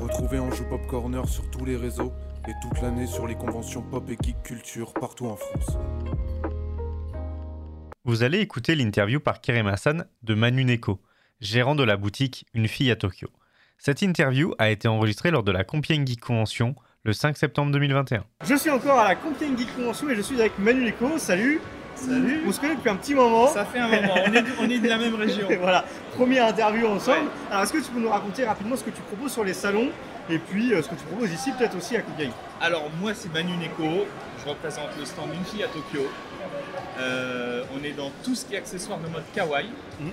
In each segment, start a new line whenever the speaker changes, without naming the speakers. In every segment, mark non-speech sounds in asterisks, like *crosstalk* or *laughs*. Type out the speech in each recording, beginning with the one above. Retrouvez Anjou Pop Corner sur tous les réseaux et toute l'année sur les conventions pop et geek culture partout en France.
Vous allez écouter l'interview par Kerem-Hassan de Manu Neko, gérant de la boutique Une fille à Tokyo. Cette interview a été enregistrée lors de la Compiègne Geek Convention le 5 septembre 2021.
Je suis encore à la Compiègne Geek Convention et je suis avec Manu Neko. Salut
Salut
On se connaît depuis un petit moment.
Ça fait un moment, on est, on est de la même région.
Et *laughs* voilà, première interview ensemble. Alors est-ce que tu peux nous raconter rapidement ce que tu proposes sur les salons et puis euh, ce que tu proposes ici peut-être aussi à Compiègne
Alors moi c'est Manu Neko, je représente le stand Unchi à Tokyo. Euh, on est dans tout ce qui est accessoire de mode kawaii,
Mhm.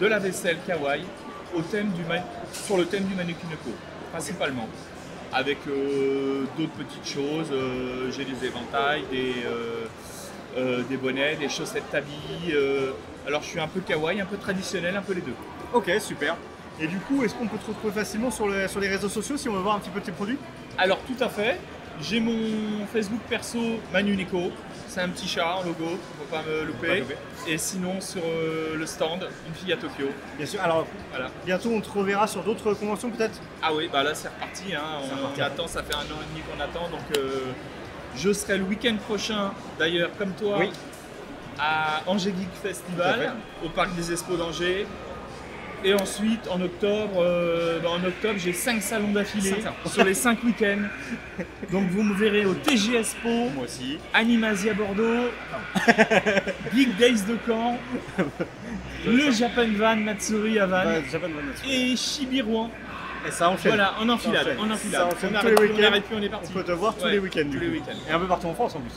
de la vaisselle kawaii, au thème du ma- sur le thème du Manukinoko, principalement. Avec euh, d'autres petites choses, euh, j'ai des éventails, des, euh, euh, des bonnets, des chaussettes tabi. euh, alors je suis un peu kawaii, un peu traditionnel, un peu les deux.
Ok, super. Et du coup, est-ce qu'on peut te retrouver facilement sur, le- sur les réseaux sociaux si on veut voir un petit peu tes produits
Alors tout à fait. J'ai mon Facebook perso Manu Neko. C'est un petit chat en logo, faut pas me louper. Et sinon sur euh, le stand, une fille à Tokyo.
Bien sûr. Alors
Voilà.
bientôt on te reverra sur d'autres conventions peut-être
Ah oui, bah là c'est reparti. hein.
C'est
On,
reparti.
on attend, ça fait un an et demi qu'on attend. Donc euh, je serai le week-end prochain, d'ailleurs comme toi,
Oui.
à Angers Geek Festival, au parc des Expos d'Angers. Et ensuite, en octobre, euh, bah, en octobre, j'ai 5 salons d'affilée sur les 5 week-ends. Donc vous me verrez au TG Expo,
Moi aussi. *laughs*
Animasia Bordeaux, Geek Days de Caen, le Japan Van Matsuri à Vannes et Chibi Rouen.
Et ça enchaîne.
Voilà, en enfilade,
Ça enchaîne.
en
Ça
enfilade.
enchaîne
On
tous
n'arrête
les
plus, on
week-ends.
n'arrête plus, on est
On
parti.
peut te voir tous
Ouais,
les week-ends du
Tous les
coup.
week-ends,
Et un peu partout en France en plus.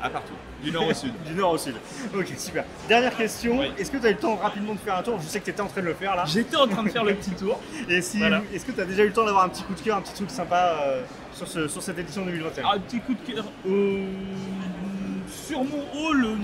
à partout, du nord au *laughs* sud.
Du nord au sud. Ok, super. Dernière question,
Oui.
est-ce que tu as eu le temps rapidement de faire un tour Je sais que tu étais en train de le faire là.
J'étais en train de faire le petit tour.
Et si,
Voilà.
est-ce que tu as déjà eu le temps d'avoir un petit coup de cœur, un petit truc sympa euh, sur, ce- sur cette édition 2021
Ah, Un petit coup de cœur. euh, sur mon hall, euh,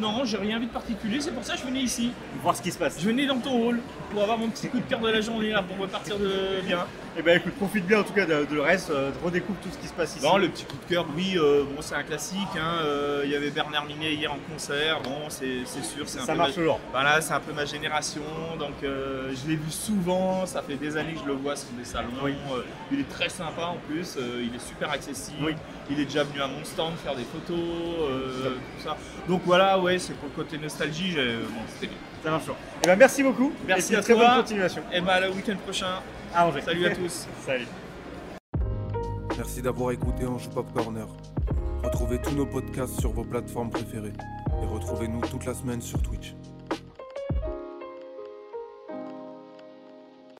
non, j'ai rien vu de particulier, c'est pour ça que je venais ici.
Voir ce qui se passe.
Je venais dans ton hall pour avoir mon petit coup de cœur de la journée là, pour repartir de bien.
Et ben écoute, profite bien en tout cas de, de le reste, euh, redécouvre tout ce qui se passe ici.
Non, le petit coup de cœur, oui, euh, bon, c'est un classique. hein, euh, Il y avait Bernard Minet hier en concert. Bon, c'est c'est sûr, c'est un
Ça
peu
marche
ma-
toujours.
Voilà, Ben c'est un peu ma génération. Donc, euh, je l'ai vu souvent. Ça fait des années que je le vois sur des salons. euh, il est très sympa en plus. euh, il est super accessible.
Oui.
Il est déjà venu à mon stand faire des photos, euh, tout ça. Donc voilà, ouais, c'est pour le côté nostalgie. j'ai- Bon, c'était bien.
Ça marche toujours. Et ben merci beaucoup.
Merci
Et puis,
à
très
toi.
bonne continuation.
Et bah, le week-end prochain.
À Angers.
Salut à tous.
Salut.
Merci d'avoir écouté Anjou Pop Corner. Retrouvez tous nos podcasts sur vos plateformes préférées et retrouvez-nous toute la semaine sur Twitch.